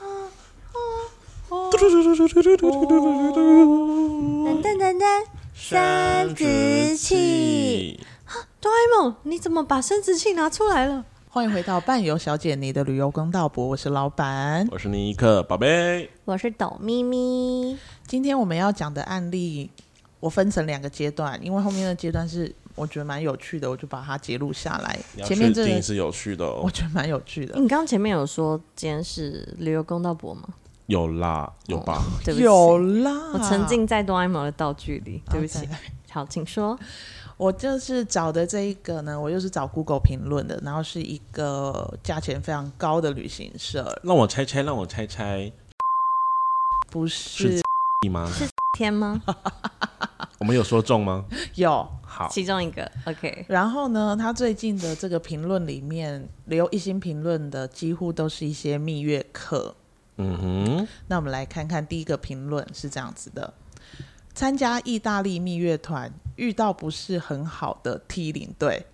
哦噔噔噔噔，生殖器。哆啦 A 梦，你怎么把生殖器拿出来了？欢迎回到伴游小姐你的旅游公道博，我是老板。我是尼克宝贝，我是抖咪咪，今天我们要讲的案例，我分成两个阶段，因为后面的阶段是我觉得蛮有趣的，我就把它截录下来你。要前面确这定个是有趣的我哦，觉得蛮有趣的，你刚刚前面有说今天是旅游公道博吗？有啦，有吧？哦对不起，有啦，我沉浸在哆啦 A 梦的道具里，对不起 OK。好，请说。我就是找的这一个呢，我又是找 Google 评论的，然后是一个价钱非常高的旅行社，让我猜猜，让我猜猜，不是是你吗？天吗？我们有说中吗？有。好，其中一个，OK。然后呢，他最近的这个评论里面留一星评论的，几乎都是一些蜜月客。嗯哼，那我们来看看第一个评论是这样子的：参加意大利蜜月团，遇到不是很好的 T 领队，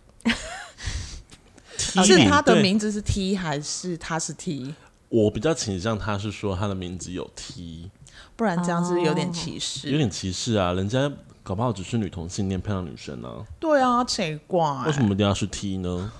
T 哦是领他的队，名字是 T 还是他是 T？我比较倾向他是说他的名字有 T，不然这样是不是有点哦歧视。有点歧视啊，人家搞不好只是女同性恋漂亮女生呢、对啊，奇怪啊，为。什么一定要是 T 呢？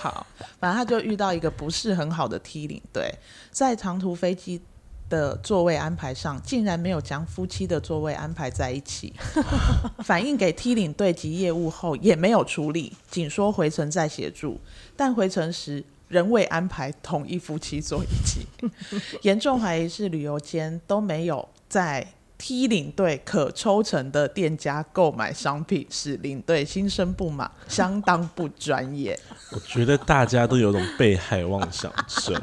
好，反正他就遇到一个不是很好的 T 领队，在长途飞机的座位安排上，竟然没有将夫妻的座位安排在一起， 反映给 T 领队及业务后也没有处理，仅说回程再协助，但回程时。仍未安排同一夫妻坐一起， 严重怀疑是旅游间都没有在 T 领队可抽成的店家购买商品，使领队心生不满，相当不专业。我觉得大家都有种被害妄想症。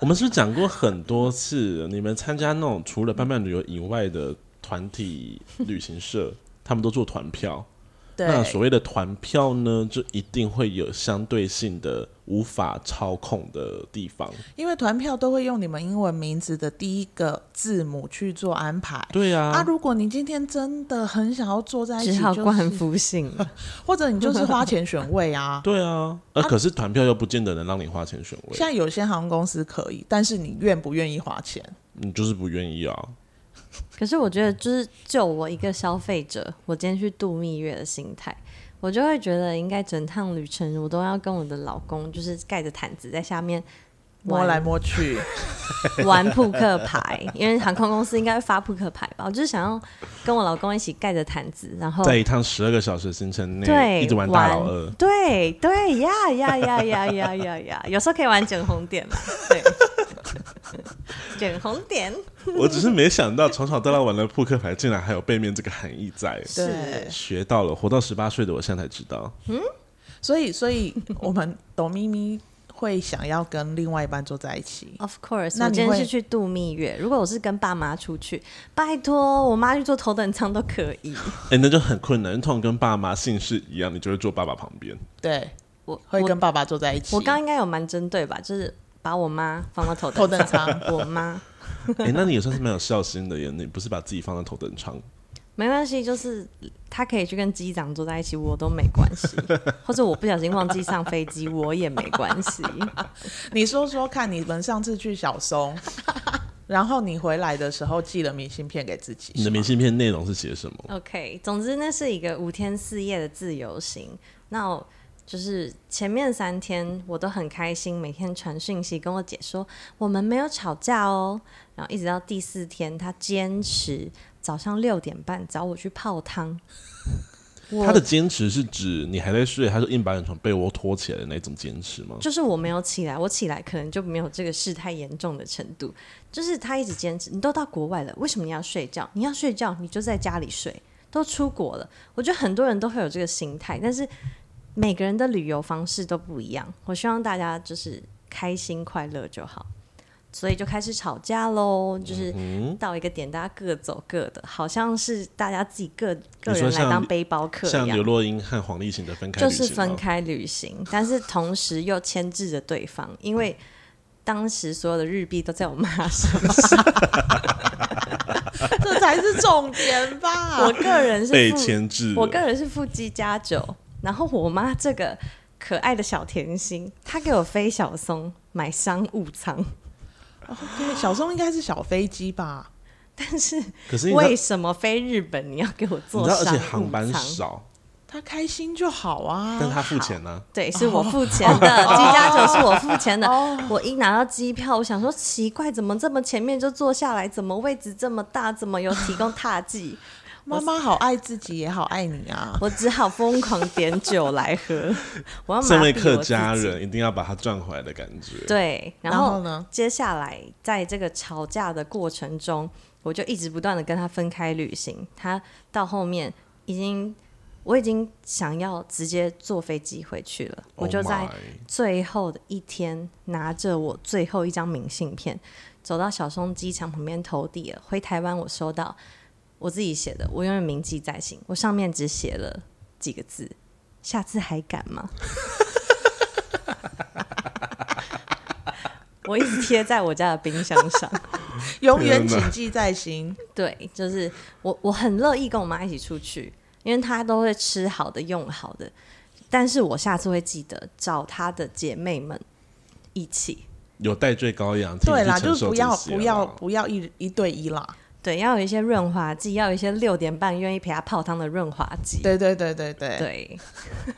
我们是不是讲过很多次，你们参加那种除了伴伴旅游以外的团体旅行社，他们都做团票。对，那所谓的团票呢，就一定会有相对性的无法操控的地方。因为团票都会用你们英文名字的第一个字母去做安排。对啊，。啊，如果你今天真的很想要坐在一只起、就是，好冠夫姓了。 或者你就是花钱选位啊 对啊，呃，可是团票又不见得能让你花钱选现位，在有些航空公司可以，但是你愿不愿意花钱？你就是不愿意啊。可是我觉得，就是就我一个消费者，我今天去度蜜月的心态，我就会觉得应该整趟旅程我都要跟我的老公，就是盖着毯子在下面摸玩来摸 去，玩扑克牌，因为航空公司应该会发扑克牌吧。我就是想要跟我老公一起盖着毯子，然后在一趟十二个小时的行程内，对一直玩大老二，对对呀呀呀呀呀呀呀，有时候可以玩捡红点嘛， 对，捡红点我只是没想到从小到大玩的扑克牌，竟然还有背面这个含义在。对，学到了，活到十八岁的我现在才知道，所以所以我们董咪咪会想要跟另外一半坐在一起。 ，of course。那我你今天会是去度蜜月，如果我是跟爸妈出去，拜托我妈去坐头等舱都可以。哎、那就很困难。通常跟爸妈姓氏一样，你就会坐爸爸旁 边。对， 我会我跟爸爸坐在一起。我刚应该有蛮针对吧，就是把我妈放到头 头等等舱， 我妈哎、那你也算是蛮有孝心的耶，你不是把自己放在头等舱？没关系，就是她可以去跟机长坐在一起，我都没关系，或者我不小心忘记上飞机，我也没关系。你说说看，你们上次去 小松，然后你回来的时候寄了明信片给自己，你的明信片内容是写什么？ OK，总之那是一个五天四夜的自由行。那我就是前面三天我都很开心，每天传讯息跟我姐说我们没有吵架哦。然后一直到第四天，她坚持早上六点半找我去泡汤。我他的坚持是指你还在睡，他就硬把你从被窝拖起来的那种坚持吗？就是我没有起来，我起来可能就没有这个事态严重的程度。就是他一直坚持，你都到国外了，为什么你要睡觉？你要睡觉，你就在家里睡。都出国了，我觉得很多人都会有这个心态，但是每个人的旅游方式都不一样。我希望大家就是开心快乐就好。所以就开始吵架喽，就是嗯到一个点，大家各走各的，好像是大家自己各个你说人来像当背包客一像样。刘若英和黄立行的分开就旅行是吗？分开旅行，但是同时又牵制着对方，因为嗯当时所有的日币都在我妈身 上，这才是重点 吧？我个人是被付牵制了。我个人是腹肌加酒，然后我妈这个可爱的小甜心，她给我飞小松买商务舱， OK，小松应该是小飞机吧？但是可是你知道为什么飞日本你要给我你做知道，而商且务航班舱？少，他开心就好啊。但他付钱呢、对，是我付钱的，哦机加酒是我付钱的。 我一拿到机票，我想说奇怪，怎么这么前面就坐下来？怎么位置这么大？怎么有提供踏 剂？妈妈好爱自己，也好爱你啊。我只好疯狂点酒来 喝。我要哦麻身为痹客我自家己。人，一定要把它赚回来的感觉。，对，然然后后呢？接下来在这个吵架的过程中，我就一直不断的跟他分开旅行。他到后面已经，我已经想要直接坐飞机回去了。哦我 Oh 就在最后的一天，拿着我最后一张明信片，走到小松机场旁边投递了。回台湾，我收到我自己写的，我永远铭记在心。我上面只写了几个字：下次还敢吗？ 我一直贴在我家的冰箱上。永天远哪谨记 在心。对，就是我我很乐意跟我妈一起出去，因为她都会吃好的、用好的。但是我下次会记得找她的姐妹们一起，有戴罪羔羊，请对去啦，承就是受不这要些啊不要啦不要一一对一啦。对，要有一些润滑剂，要有一些六点半愿意陪她泡汤的润滑剂。对对对对对。对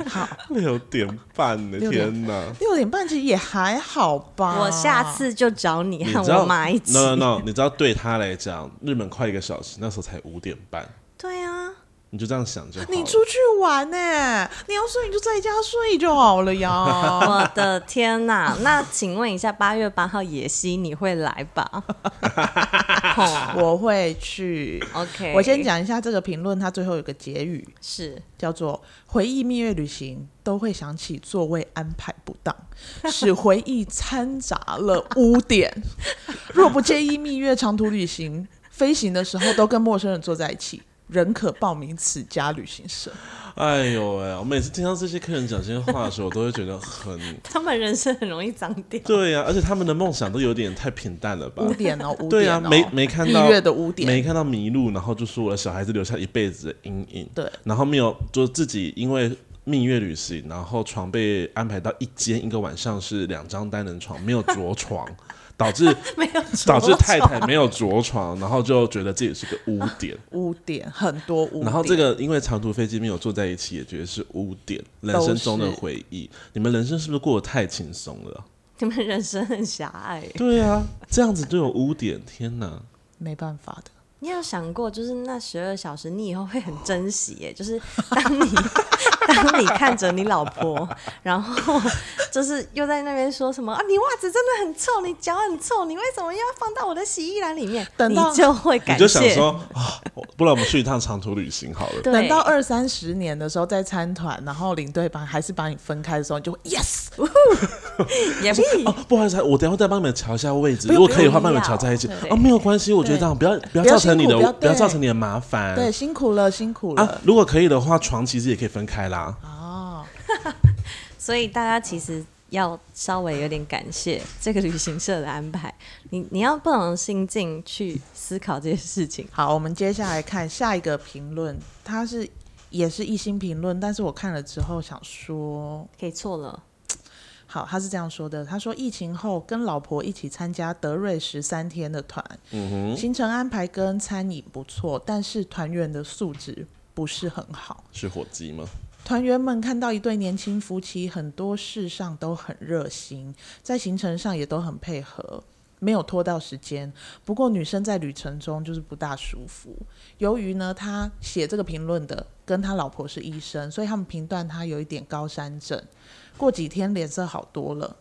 好，六点半的六点天哪！六点半其实也还好吧。我下次就找你你和知道我妈一起。 No No No，你知道对他来讲，日本快一个小时，那时候才五点半，对啊，你就这样想就好了。你出去玩呢、你要睡你就在家睡就好了 呀。我的天哪、那请问一下，八月八号野溪你会来 吧吼我会去。 ？OK， 我先讲一下这个评论，它最后有个结语是叫做“回忆蜜月旅行都会想起座位安排不当，使回忆掺杂了污点。若不介意蜜月长途旅行，飞行的时候都跟陌生人坐在一起，仍可报名此家旅行社。哎呦喂！我每次听到这些客人讲这些话的时候，我都会觉得很他们人生很容易脏掉。对啊呀、而且他们的梦想都有点太平淡了吧？污点哦，污对呀、啊，点哦，没没看到蜜月的污点，没看到迷路，然后就说我的小孩子留下一辈子的阴影。对，然后没有就自己因为蜜月旅行，然后床被安排到一间，一个晚上是两张单人床，没有着 床，导致没有导致太太没有着床，然后就觉得自己是 个污点。污点很多污点。然后这个因为长途飞机没有坐在一起，也觉得是污点，人生中的回忆。你们人生是不是过得太轻松 了？你们人生很狭隘。对啊，这样子就有污点，天哪！没办法的。你有想过，就是那十二小时，你以后会很珍惜耶？就是当 你当你看着你老婆，然后就是又在那边说什么啊，你袜子真的很臭，你脚很臭，你为什么要放到我的洗衣篮里面？等你到就会你感就想谢。说啊，不然我们去一趟长途旅行好了。对，等到二三十年的时候再参团，然后领队把还是把你分开的时候，你就会 yes，嗯也不哦，不好意思，我等一下再帮你们调一下位置，如果可以的话，帮你们调在一起不用不。要哦，没有关系，我觉得这样不要不要不要造成你辛的苦不要不要对造成你的麻烦。对，辛苦了，辛苦啊了，，如果可以的话，床其实也可以分开啦。哦，所以大家其实要稍微有点感谢这个旅行社的安排。你你要不能心境去思考这些事情。好，我们接下来看下一个评论，它是也是一星评论，但是我看了之后想说，给错了，好，他是这样说的，他说疫情后跟老婆一起参加德瑞十三天的团，嗯哼，行程安排跟餐饮不错，但是团员的素质不是很好。是火鸡吗？团员们看到一对年轻夫妻，很多事上都很热心，在行程上也都很配合，没有拖到时间。不过女生在旅程中就是不大舒服。由于呢，他写这个评论的跟他老婆是医生，所以他们评断他有一点高山症。过几天脸色好多了，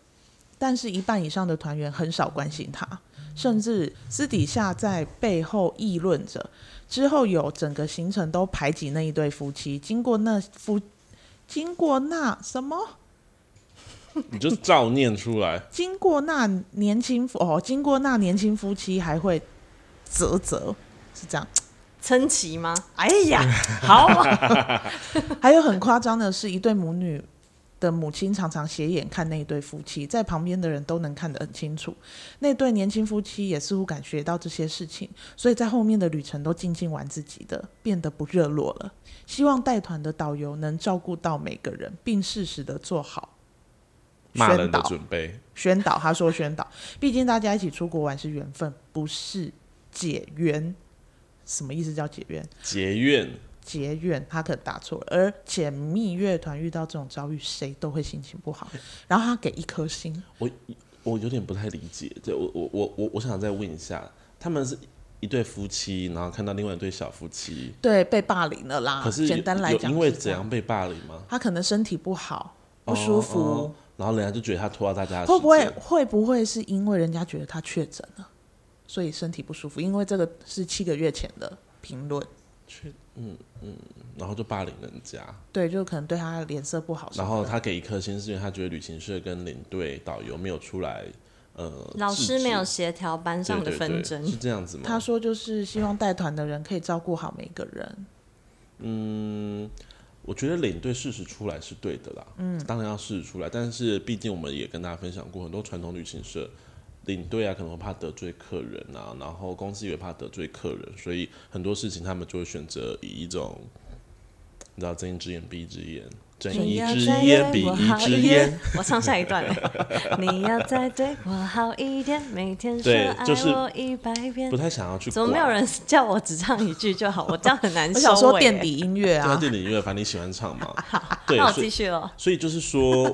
但是一半以上的团员很少关心他，甚至私底下在背后议论着。之后有整个行程都排挤那一对夫妻，经过那夫，经过那什么？你就照念出来。经过那年轻夫哦，经过那年轻夫妻还会啧啧，是这样。撑旗吗？哎呀，好啊。还有很夸张的是，一对母女的母亲常常斜眼看那一对夫妻，在旁边的人都能看得很清楚。那对年轻夫妻也似乎感觉到这些事情，所以在后面的旅程都静静玩自己的，变得不热络了。希望带团的导游能照顾到每个人，并适时的做好骂 宣人的导准备。宣导，他说宣导，毕竟大家一起出国玩是缘分，不是解冤。什么意思叫解冤？结怨，结怨，他可能打错了。而且蜜乐团遇到这种遭遇，谁都会心情不好。然后他给一颗星，我有点不太理解。对我，我，我，我，我想再问一下，他们是一对夫妻，然后看到另外一对小夫妻，对，被霸凌了啦。可是啊简单来有讲，因为怎？样被霸凌吗？他可能身体不好，不舒服。哦哦啊然后人家就觉得他拖到大家的会不会时间会不会是因为人家觉得他确诊了，所以身体不舒服？因为这个是七个月前的评论，然后就霸凌人家？对，就可能对他脸色不好什么的。然后他给一颗星，是因为他觉得旅行社跟领队、导游没有出来，呃，老制师没有止协调班上的对对纷对争，是这样子吗？他说就是希望带团的人可以照顾好每个人，我觉得领队事实出来是对的啦，嗯，当然要事实出来，但是毕竟我们也跟大家分享过，很多传统旅行社领队啊，可能会怕得罪客人啊，然后公司也怕得罪客人，所以很多事情他们就会选择以一种，你知道睁一只眼闭一只眼，睁一要只再眼对闭我一好只一眼点，。 我唱下一 段了。你要再对我好一点，每天说对爱就是我一百遍不。太想要去怎管。么没有人叫我只唱一句就好？我这样很难收我尾。想说垫底音乐对 啊，啊，电影音乐，反正你喜欢唱嘛。对那，我所继以续了。所以就是说，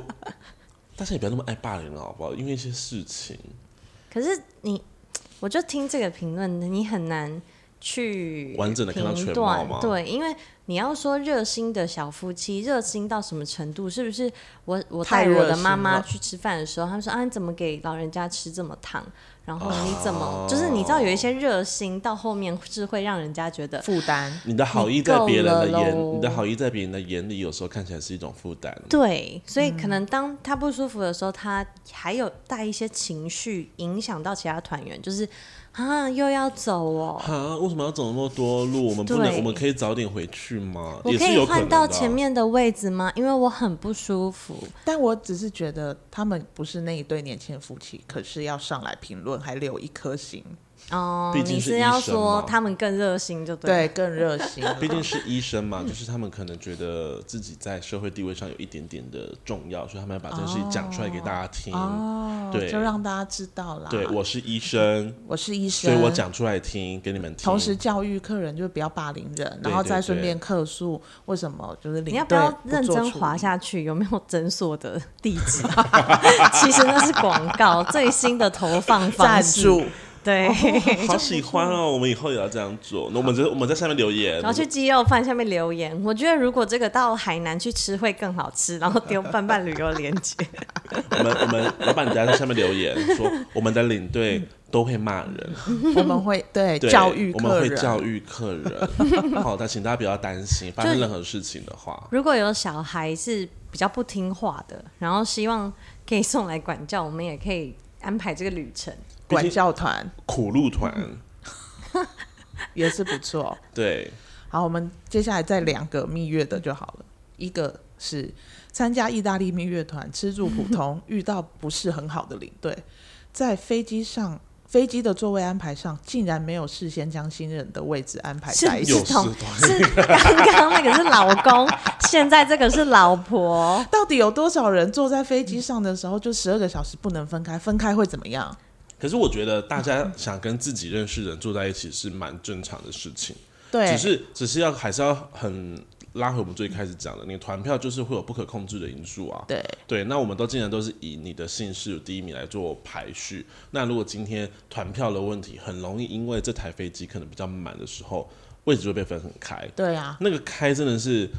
大家也不要那么爱霸凌了，好不好？因为一些事情，可是你，我就听这个评论，你很难去完整地看到全评貌断吗对，因为你要说热心的小夫妻，热心到什么程度？是不是我我太带我热的心妈妈了去吃饭的时候，他们说啊，你怎么给老人家吃这么烫？然后你怎么、哦就是你知道有一些热心到后面是会让人家觉得负担。你的好意在别人的你够了眼，咯你的好意在别人的眼里，有时候看起来是一种负担。对，所以可能当他不舒服的时候，他还有带一些情绪影响到其他团员，就是啊又要走哦，哈，为什么要走那么多路？我们不能，对我们可以早点回去吗？我也可是以有可换能的啊到前。面的位置吗？因为我很不舒服。但我只是觉得他们不是那一对年轻夫妻，可是要上来评论，还留一颗星，哦毕，竟你是是医要生嘛说他们更热心就对对，了。更热心了。 毕竟是医生嘛， 就是他们可能觉得自己在社会地位上有一点点的重要，所以他们要把这件事情讲出来给大家听。哦，对 就让大家知道啦。对，啊我是医生，我是医所生，以我讲出来听，给你们听。同时教育客人，就是不要霸凌人，对然后再对顺对便客诉为什么就是领你要不队要认做真处滑理？下去？有没有诊所的地址？ 其实那是广告最新的投放方赞式。 助， 对，好喜欢哦！我们以后也要这样做。那我们在我们在下面留言，然后去鸡肉饭下面留言。我觉得如果这个到海南去吃会更好吃，然后丢伴伴旅游链接。我们我们老板家在下面留 言说，我们的领队都会骂人，我们会对对教育我们客会人，教育客 人。好，但请大家不要担心，发生任何事情的话，如果有小孩是比较不听话的，然后希望可以送来管教，我们也可以安排这个旅程。管毕竟教嗯团苦路团也是不错。对好，我们接下来再两个蜜月的就好了，一个是参加意大利蜜月团，吃住普通，遇到不是很好的领队，在飞机上。飞机的座位安排上，竟然没有事先将新人的位置安排是在一不起有，是事同是刚刚那个是老公，现在这个是老婆，到底有多少人坐在飞机上的时候，就十二个小时不能分开？分开会怎么样？可是我觉得大家想跟自己认识的人坐在一起是蛮正常的事情，对，只是只是要还是要很拉回我们最开始讲的，你的团票就是会有不可控制的因素啊。对对，那我们都竟然都是以你的姓氏第一名来做排序。那如果今天团票的问题，很容易因为这台飞机可能比较满的时候，位置就被分很开。对啊，那个开真的是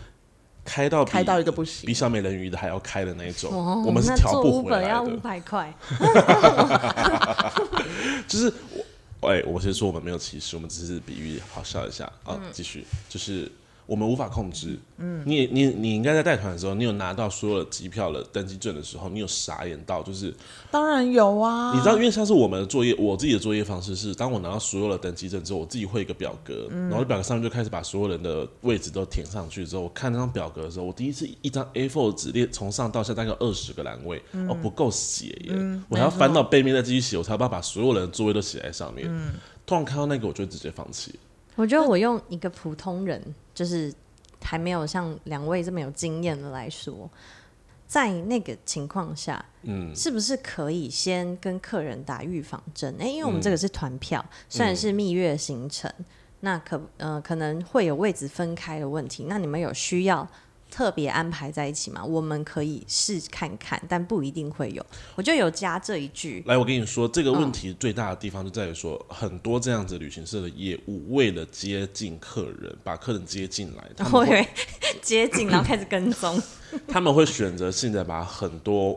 开到比开到一个不行比。小美人鱼的还要开的那一种，哦我们是那调做不 u 回 b 来要五的。百块，就是我，哎、我先说我们没有歧视，我们只是比喻好笑一下啊。嗯继、续，就是我们无法控制。嗯，你你你应该在带团的时候，你有拿到所有的机票的登机证的时候，你有傻眼到就是。当然有啊，你知道，因为像是我们的作业，我自己的作业方式是，当我拿到所有的登记证之后，我自己会一个表格，然后表格上面就开始把所有人的位置都填上去。之后，我看那张表格的时候，我第一次一张 A4 纸列从上到下大概二十个栏位，哦，不够写耶，我还要翻到背面再继续写，我才有办法把所有人的座位都写在上面。突然看到那个，我就直接放弃。我觉得我用一个普通人，就是还没有像两位这么有经验的来说，在那个情况下，嗯，是不是可以先跟客人打预防针？哎、因为我们这个是团票，虽然是蜜月行程，那可呃可能会有位置分开的问题。那你们有需要特别安排在一起吗？我们可以试看看，但不一定会有。我就有加这一句，来，我跟你说，这个问题最大的地方就在于说，很多这样子旅行社的业务，为了接近客人，把客人接进来，他 我们以会为接近，然后开始跟踪。他们会选择性的把很多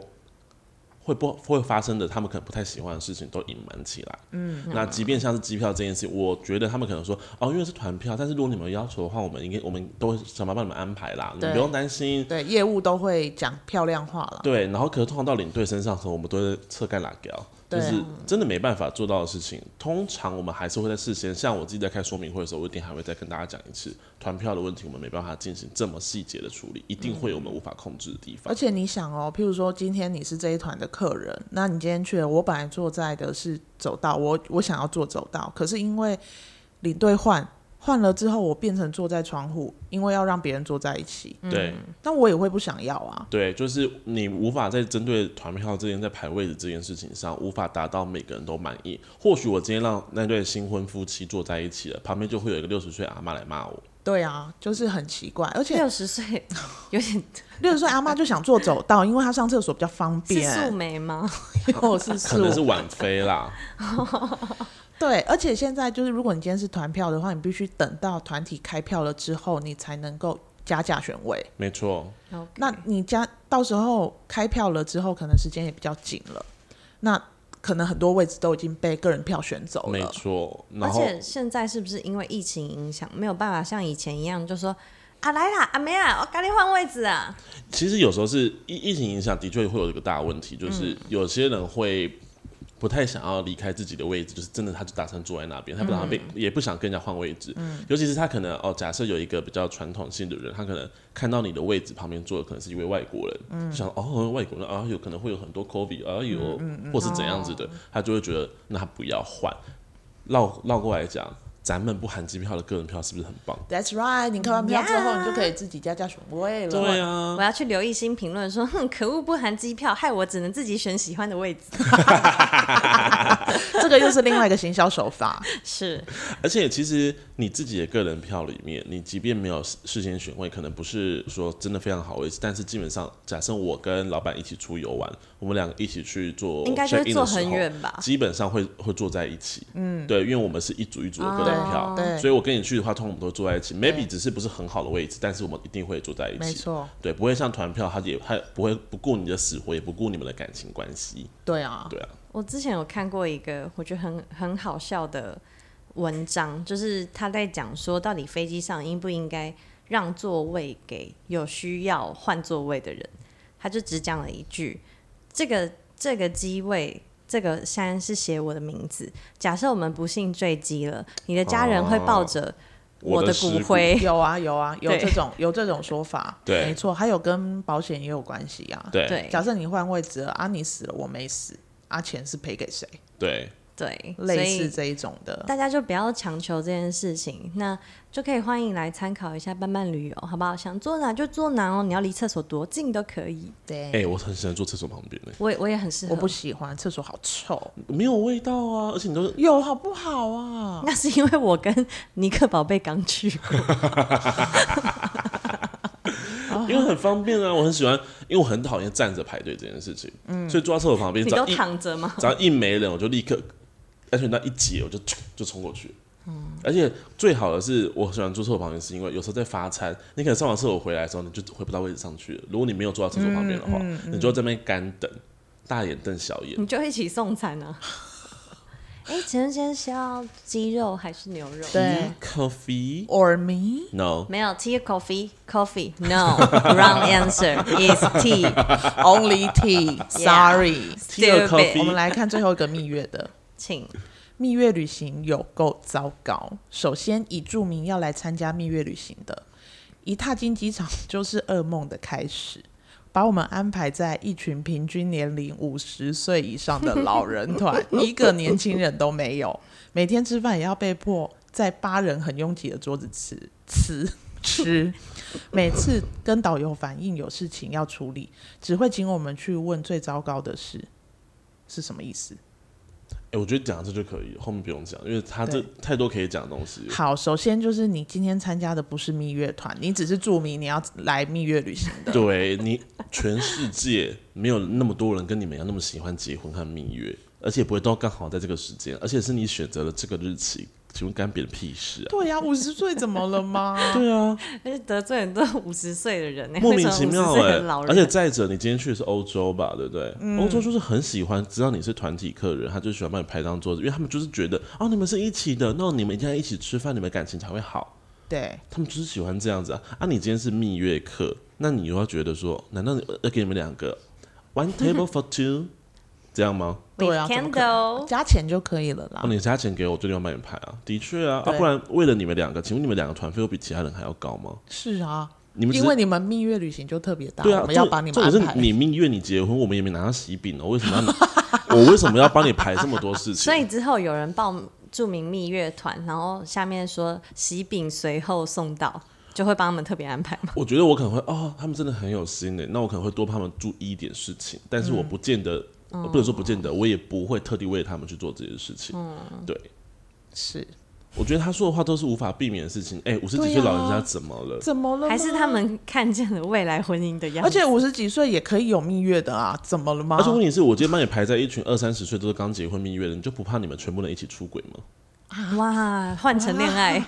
会不会发生的，他们可能不太喜欢的事情都隐瞒起来。嗯，那即便像是机票这件事，我觉得他们可能说，哦，因为是团票，但是如果你们有要求的话，我们应该我们都会想办法帮你们安排啦，你们不对用担心。对，业务都会讲漂亮话了。对，然后可是通常到领队身上的时候，我们都会侧盖拉掉，就对啊是真的没办法做到的事情。通常我们还是会在事先，像我自己在开说明会的时候，我一定还会再跟大家讲一次，团票的问题我们没办法进行这么细节的处理，一定会有我们无法控制的地方。而且你想哦，譬如说今天你是这一团的客人，那你今天去了，我本来坐在的是走道，我我想要坐走道，可是因为领队换换了之后，我变成坐在窗户，因为要让别人坐在一起，对。那我也会不想要啊。对，就是你无法在针对团票这件在排位置这件事情上，无法达到每个人都满意。或许我今天让那对新婚夫妻坐在一起了，旁边就会有一个六十岁阿妈来骂我。对啊，就是很奇怪，而且 六十岁有点六十岁阿妈就想坐走道，因为她上厕所比较方是素 便。梅吗？我是可素能是晚飞啦，对，而且现在就是，如果你今天是团票的话，你必须等到团体开票了之后，你才能够加价选位。没错，那你加到时候开票了之后，可能时间也比较紧了，那可能很多位置都已经被个人票选走没了。错。然而后且现在是不是因为疫情影响，没有办法像以前一样就说啊来啦，阿梅啊，我赶紧换位置啊。其实有时候是疫疫情影响，的确会有一个大问题，就是有些人会不太想要离开自己的位置，就是真的他就打算坐在那边，他不想要被、也不想跟人家换位置。尤其是他可能哦，假设有一个比较传统性的人，他可能看到你的位置旁边坐的可能是一位外国人，就想哦外国人啊有可能会有很多 COVID 啊有、或是怎样子的，他就会觉得那他不要换。绕绕过来讲，咱们不含机票的个人票是不是很棒？ That's right，你开完票之后， Yeah 你就可以自己加价选位了。对啊，我要去刘一新评论说，哼，可恶，不含机票，害我只能自己选喜欢的位置。 这个又是另外一个行销手法。是，而且其实你自己的个人票里面，你即便没有事事先选位，可能不是说真的非常好位置，但是基本上，假设我跟老板一起出游玩，我们两个一起去做 check in 的时候，应该就会坐很远吧基本上会会坐在一起。嗯，对，因为我们是一组一组的个对人票，对，所以我跟你去的话，通常我们都会坐在一起对，maybe 只是不是很好的位置，但是我们一定会坐在一起。没，错，对，不会像团票，他也他不会不顾你的死活，也不顾你们的感情关系。对啊，对啊，我之前有看过一个我觉得很很好笑的文章，就是他在讲说，到底飞机上应不应该让座位给有需要换座位的人。他就只讲了一句：“这个这个机位，这个山是写我的名字。假设我们不幸坠机了，你的家人会抱着我的的骨尸骨灰。 有啊有啊，有对这种有这种说法， 对没错，还有跟保险也有关系啊。对对假设你换位置了，啊，你死了，我没死，啊，钱是赔给谁？对，对，所类以似这一种的，大家就不要强求这件事情，那就可以欢迎来参考一下伴伴旅游，好不好？想坐哪就坐哪哦，你要离厕所多近都可以。对，哎、我很喜欢坐厕所旁边、欸，我也我也很适合，我不喜欢，厕所好臭，没有味道啊，而且你都有好不好啊？ 那是因为我跟尼克宝贝刚去过，因为很方便啊，我很喜欢，因为我很讨厌站着排队这件事情，嗯所以坐到厕所旁边，你只都要一躺着吗？只要一没人，我就立刻安全带一解，我就冲就冲过去。嗯而且最好的是，我喜欢坐厕所旁边，是因为有时候在发餐，你可能上完厕所回来的时候，你就回不到位置上去了。如果你没有坐到厕所旁边的话，嗯你就在那边干等，大眼瞪小眼。你就一起送餐啊。哎、请问今天是要鸡肉还是牛肉？对 Coffee ，or me？ no，没有 tea coffee coffee no wrong answer is tea Only tea, sorry。 Tea or coffee？我们来看最后一个蜜月的。请蜜月旅行有够糟糕。首先，已注明要来参加蜜月旅行的，一踏进机场就是噩梦的开始，把我们安排在一群平均年龄五十岁以上的老人团，一个年轻人都没有。每天吃饭也要被迫在八人很拥挤的桌子吃吃。吃。每次跟导游反映有事情要处理，只会请我们去问最糟糕的事是什么意思。哎、我觉得讲这就可以，后面不用讲，因为他这对太多可以讲的东西。好，首先就是你今天参加的不是蜜月团，你只是住迷，你要来蜜月旅行的。对你，全世界没有那么多人跟你们一样那么喜欢结婚和蜜月，而且不会都刚好在这个时间，而且是你选择了这个日期，请问干别人屁事啊？对呀、五十岁怎么了 吗？对啊，而且得罪很多五十岁的人呢、莫名其妙哎、哎、老人，嗯而且再者，你今天去的是欧洲吧，对不对？欧洲就是很喜欢，只要你是团体客人，他就喜欢帮你排张桌子，因为他们就是觉得哦，你们是一起的，那你们一定要一起吃饭，你们感情才会好。对，他们就是喜欢这样子啊。啊，你今天是蜜月客，那你又要觉得说，难道你要给你们两个 one table for two 这样吗？对啊 c a 怎么 n 可 d l 加钱就可以了啦哦，。你加钱给我，就另外帮你排啊。的确啊，啊，对不然为了你们两个，请问你们两个团费又比其他人还要高吗？是啊，你们只因是为你们蜜月旅行就特别大，对啊，我们要重帮你们重点安是排。你蜜月你结婚，我们也没拿到喜饼哦，为什么要拿 我为什么要帮你排这么多事情？所以之后有人报著名蜜月团，然后下面说喜饼随后送到，就会帮他们特别安排嘛。我觉得我可能会哦，他们真的很有心欸的，那我可能会多帮他们注意一点事情，但是我嗯不见得，哦呃不能说不见得，我也不会特地为他们去做这件事情。对，是我觉得他说的话都是无法避免的事情。哎，五十几对岁啊老人家怎么了？怎么了 吗？还是他们看见了未来婚姻的样而子，且五十几岁也可以有蜜月的啊，怎么了吗而？且问题是我今天帮你排在一群二三十岁都是刚结婚蜜月的人，你就不怕你们全部人一起出轨 吗？哇，换成恋爱，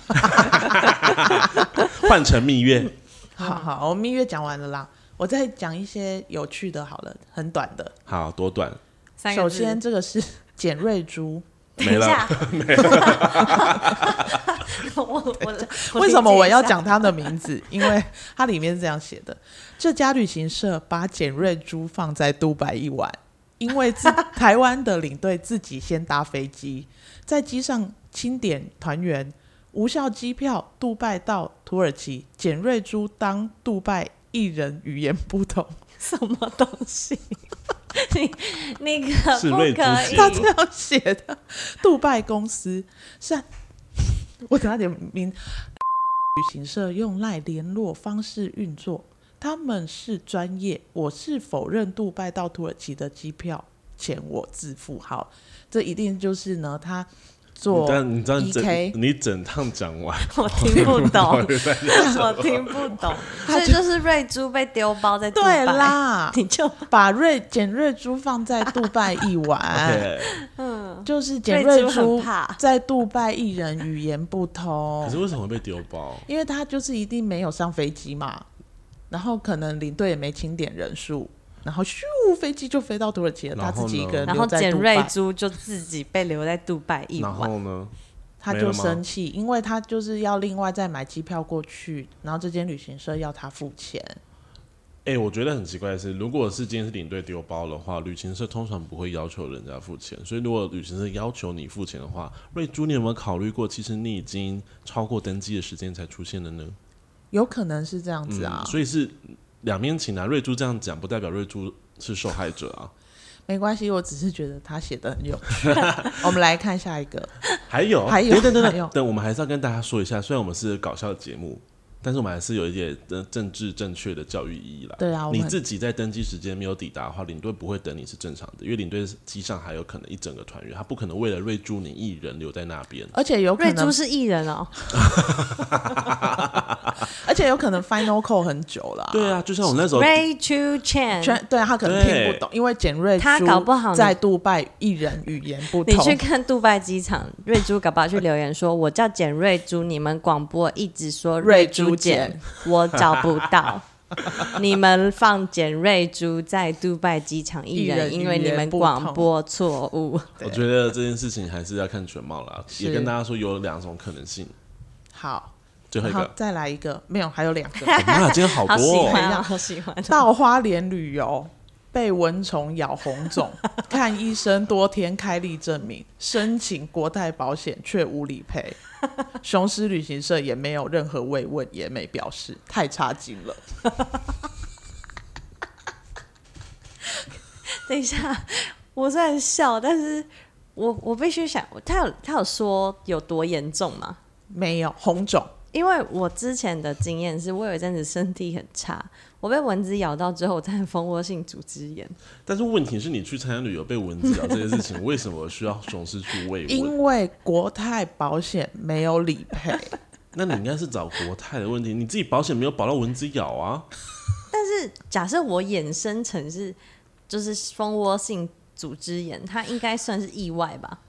换成蜜月，好好，我蜜月讲完了啦，我再讲一些有趣的，好了，很短的。好多短三个 首字先，这个是简瑞珠，等没一了下， 我我我 为什么理解我要一下讲她的名字？因为它里面是这样写的： 这家旅行社把简瑞珠放在杜拜一晚，因为自台湾的领队自己先搭飞机， 在机上清点团员，无效机票，杜拜到土耳其，简瑞珠当杜拜一人语言不通。什么东西？ 你那个是不瑞珠可姐以， 他这样写的，杜拜公司善， 我等下点名，旅行社用赖联络方式运作，他们是专业，我是否认杜拜到土耳其的机票钱我自付，好，这一定就是呢，他做但你这样 EK 整你整趟讲完， 我 E 听不 懂，对 我听不懂，所以就是瑞珠被丢包在杜拜对，啦，你就把瑞简瑞珠放在杜拜一晚， 哎对。啊就是简瑞珠瑞很珠怕在杜拜一人语言不通可是，为什么会被丢包？因为他就是一定没有上飞机嘛，然后可能领队也没清点人数，然后咻飞机就飞到土耳其了，然他后呢自己一个人然后留在简杜瑞拜，珠就自己被留在杜拜一然晚，后呢？他没就了吗生气，因为他就是要另外再买机票过去，然后这间旅行社要他付钱，哎、我觉得很奇怪的是，如果是今天是领队丢包的话，旅行社通常不会要求人家付钱，所以如果旅行社要求你付钱的话，瑞珠，你有没有考虑过，其实你已经超过登记的时间才出现的呢？有可能是这样子啊，嗯所以是两面情啊。瑞珠这样讲，不代表瑞珠是受害者啊。没关系，我只是觉得他写的很有 趣。我们来看下一个，还有，还有等等等还有等， 等，我们还是要跟大家说一下，虽然我们是搞笑的节目，但是我们还是有一点呃政治正确的教育意义啦。对啊，我你们自己在登机时间没有抵达的话，领队不会等你是正常的，因为领队机上还有可能一整个团员，他不可能为了瑞珠你一人留在那边。而且有可瑞珠能，是艺人哦，而且有可能 final call 很久了、对，啊，就像我那时候，瑞珠 Chan，全对啊，他可能听不懂，因为简瑞 他珠搞不好呢在杜拜一人语言不你通，去看杜拜机场，瑞珠搞不好去留言说：“我叫简瑞珠，你们广播一直说瑞珠珠简，我找不 到。你们放简瑞珠在杜拜机场一一人人，因为语你言们不广通播错误。我觉得这件事情还是要看全貌啦。是也跟大家说有两种可能性，好，最后一然后个，哦再来一个，没有，还有两个。 我妈今天好好喜多、哦，欢啊，好喜欢啊、到花莲旅游被蚊虫咬红肿， 看医生多天开立证明，申请国泰保险却无理赔， 雄狮旅行社也没有任何慰问，也没表示，太差劲了。 等一下，我虽然笑，但是我我必须想，他有他有说有多严重吗？没有红肿，因为我之前的经验是，我有一阵子身体很差，我被蚊子咬到之后，我在蜂窝性组织炎。但是问题是你去参加旅游被蚊子咬这件事情，为什么需要总是去喂蚊？ 因为国泰保险没有理赔， 那你应该是找国泰的问题，你自己保险没有保到蚊子咬啊？但是假设我衍生成是就是蜂窝性组织炎，它应该算是意外吧？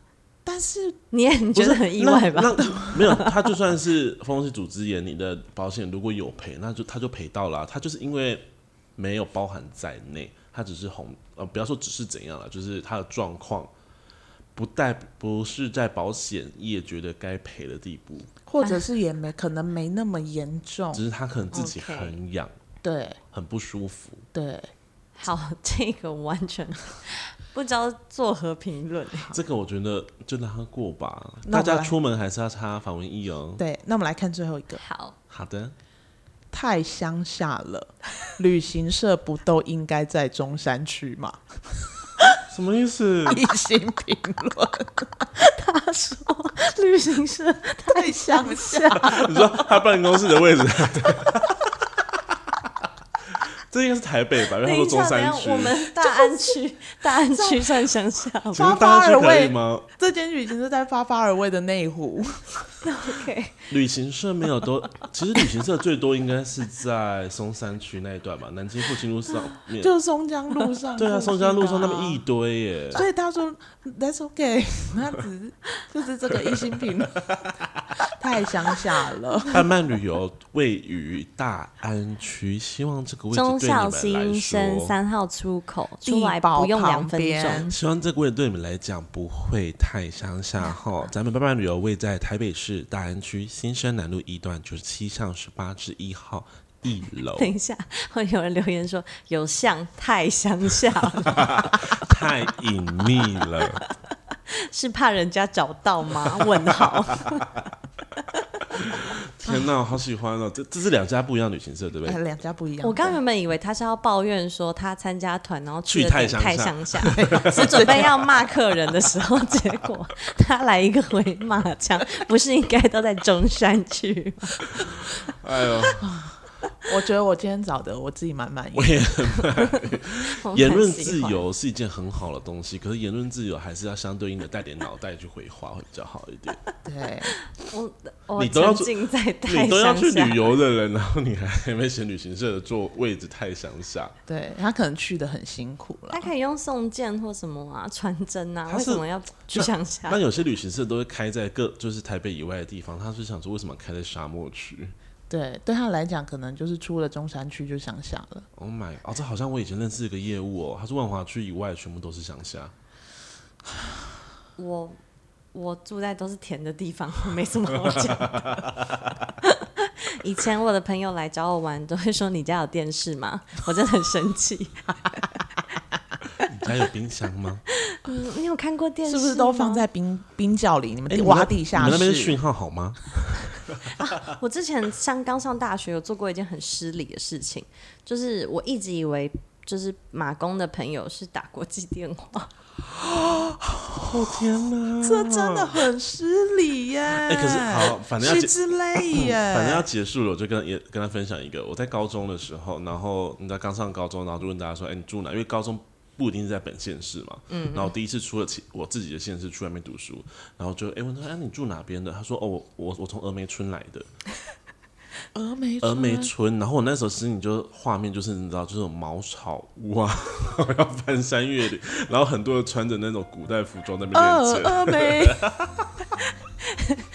但是你也你觉得很意外吧？那那没有， 他就算是风湿组织炎，你的保险如果有赔，那就他就赔到了啊、他就是因为没有包含在内，他只是红呃，不要说只是怎样了，就是他的状况不带不是在保险业觉得该赔的地步，或者是也没可能没那么严重，只是他可能自己 OK 很痒对很不舒服。对，好，这个完全 不知道作何评 论。这个我觉得就让他过吧，那大我家来出门还是要擦防蚊液哦。对，那我们来看最后一个，好，好的，太乡下了， 旅行社不都应该在中山区 吗？什么意思？一星评论，他说 旅行社太乡下， 你说他办公室的位置？这应该是台北吧，因为等他说一中下，等一山下，区我。们大安区，大安区算乡下 吗请问大家去发发而可以未吗？ 这间旅行社在发发而未的内湖， ？OK，旅行社没有多，其实旅行社最多应该是在松山区那一段吧，南京复兴路上面。就是松江路 上，对啊，松江路上那么一一，堆耶，所以他说 That's okay，他 只是就是这个一星 评论，太乡下了。慢慢旅游位于大安区，希望这个位置忠对你孝们来新生说，三号出口出地来堡不用两旁分钟边。希望这个位置对你们来讲不会太乡下哈。咱们慢慢旅游位在台北市大安区新生南路一段九十七巷十八至一号一 楼。等一下，会有人留言说有像太乡下 了，太隐秘了。是怕人家找到吗？问 号。天哪，我好喜欢哦！这这是两家不一样的旅行社，对不 哎对？两家不一样的。我刚原本以为他是要抱怨说他参加团，然后去的太点乡太下乡下， 是准备要骂客人的时候，结果他来一个回骂腔，不是应该都在中山区吗？哎呦，我觉得我今天找的我自己蛮满意我。也我很言论喜自欢，由是一件很好的东西，可是言论自由还是要相对应的带点脑袋去回话会比较好一点。对，我我你都要哦沉去浸在太你都要乡去下旅。游的人，然后你还没嫌旅行社的座位置太乡下，对他可能去的很辛苦了他。可以用送件或什么啊，传真啊，啊他为是什么要去乡下那？有些旅行社都会开在各就是台北以外的地方，他是想说为什么开在沙漠区对，对他来讲，可能就是出了中山区就乡下了。 ？Oh my，哦，这好像我以前认识一个业务哦，他说万华区以外全部都是乡下。我我住在都是田的地方， 我没什么好讲的。 以前我的朋友来找我玩，都会说你家有电视吗？我真的很生气。 你家有冰箱吗？嗯，你有看过电视吗？是不是都放在冰冰窖里？你哎、们你们 挖那地你下们那边室讯？号好吗？我之前上刚上大学，有做过一件很失礼的事情，就是我一直以为就是马工的朋友是打国际电话，哦天嗯哪！这真的很失礼耶！哎哎、可是好，反正要是结，之类耶。反正要结束了，我就跟也跟他分享一个，我在高中的时候，然后你知道刚上高中，然后就问大家说，哎、你住哪？因为高中不一定是在本县市嘛，嗯，然后我第一次出了其我自己的县市去外面读书，然后就哎、问他，哎、你住哪边的？他说，哦，我我我从峨眉村来的，峨嗯眉峨眉川村，然后我那时候心里就画面就是你知道，就是有茅草屋啊， 然后要翻山越岭，然后很多人穿着那种古代服装在那哦边练峨剑。哦峨眉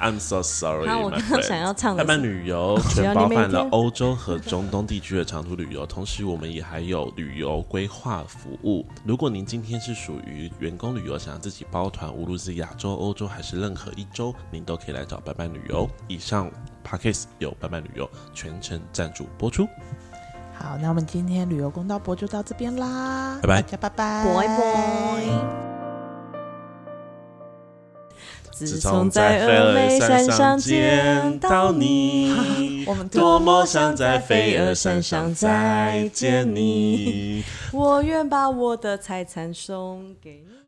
I'm so sorry，啊我 my 刚刚 friend 想要唱的慢是慢旅游只要你全包每含了天欧洲和中东地区的长途旅游，同时我们也还有旅游规划服务。如果您今天是属于员工旅游，想要自己包团，无论是亚洲、欧洲还是任何一周，您都可以来找伴伴旅游。以上 p a c k a s 有伴伴旅游全程赞助播出。好，那我们今天旅游公道博就到这边啦，拜拜大家拜拜，拜拜。自自从从在在峨峨眉眉山山上上见见到到你 你，我们多么想在飞鹅山上再见你。 我愿把我的财产送给你。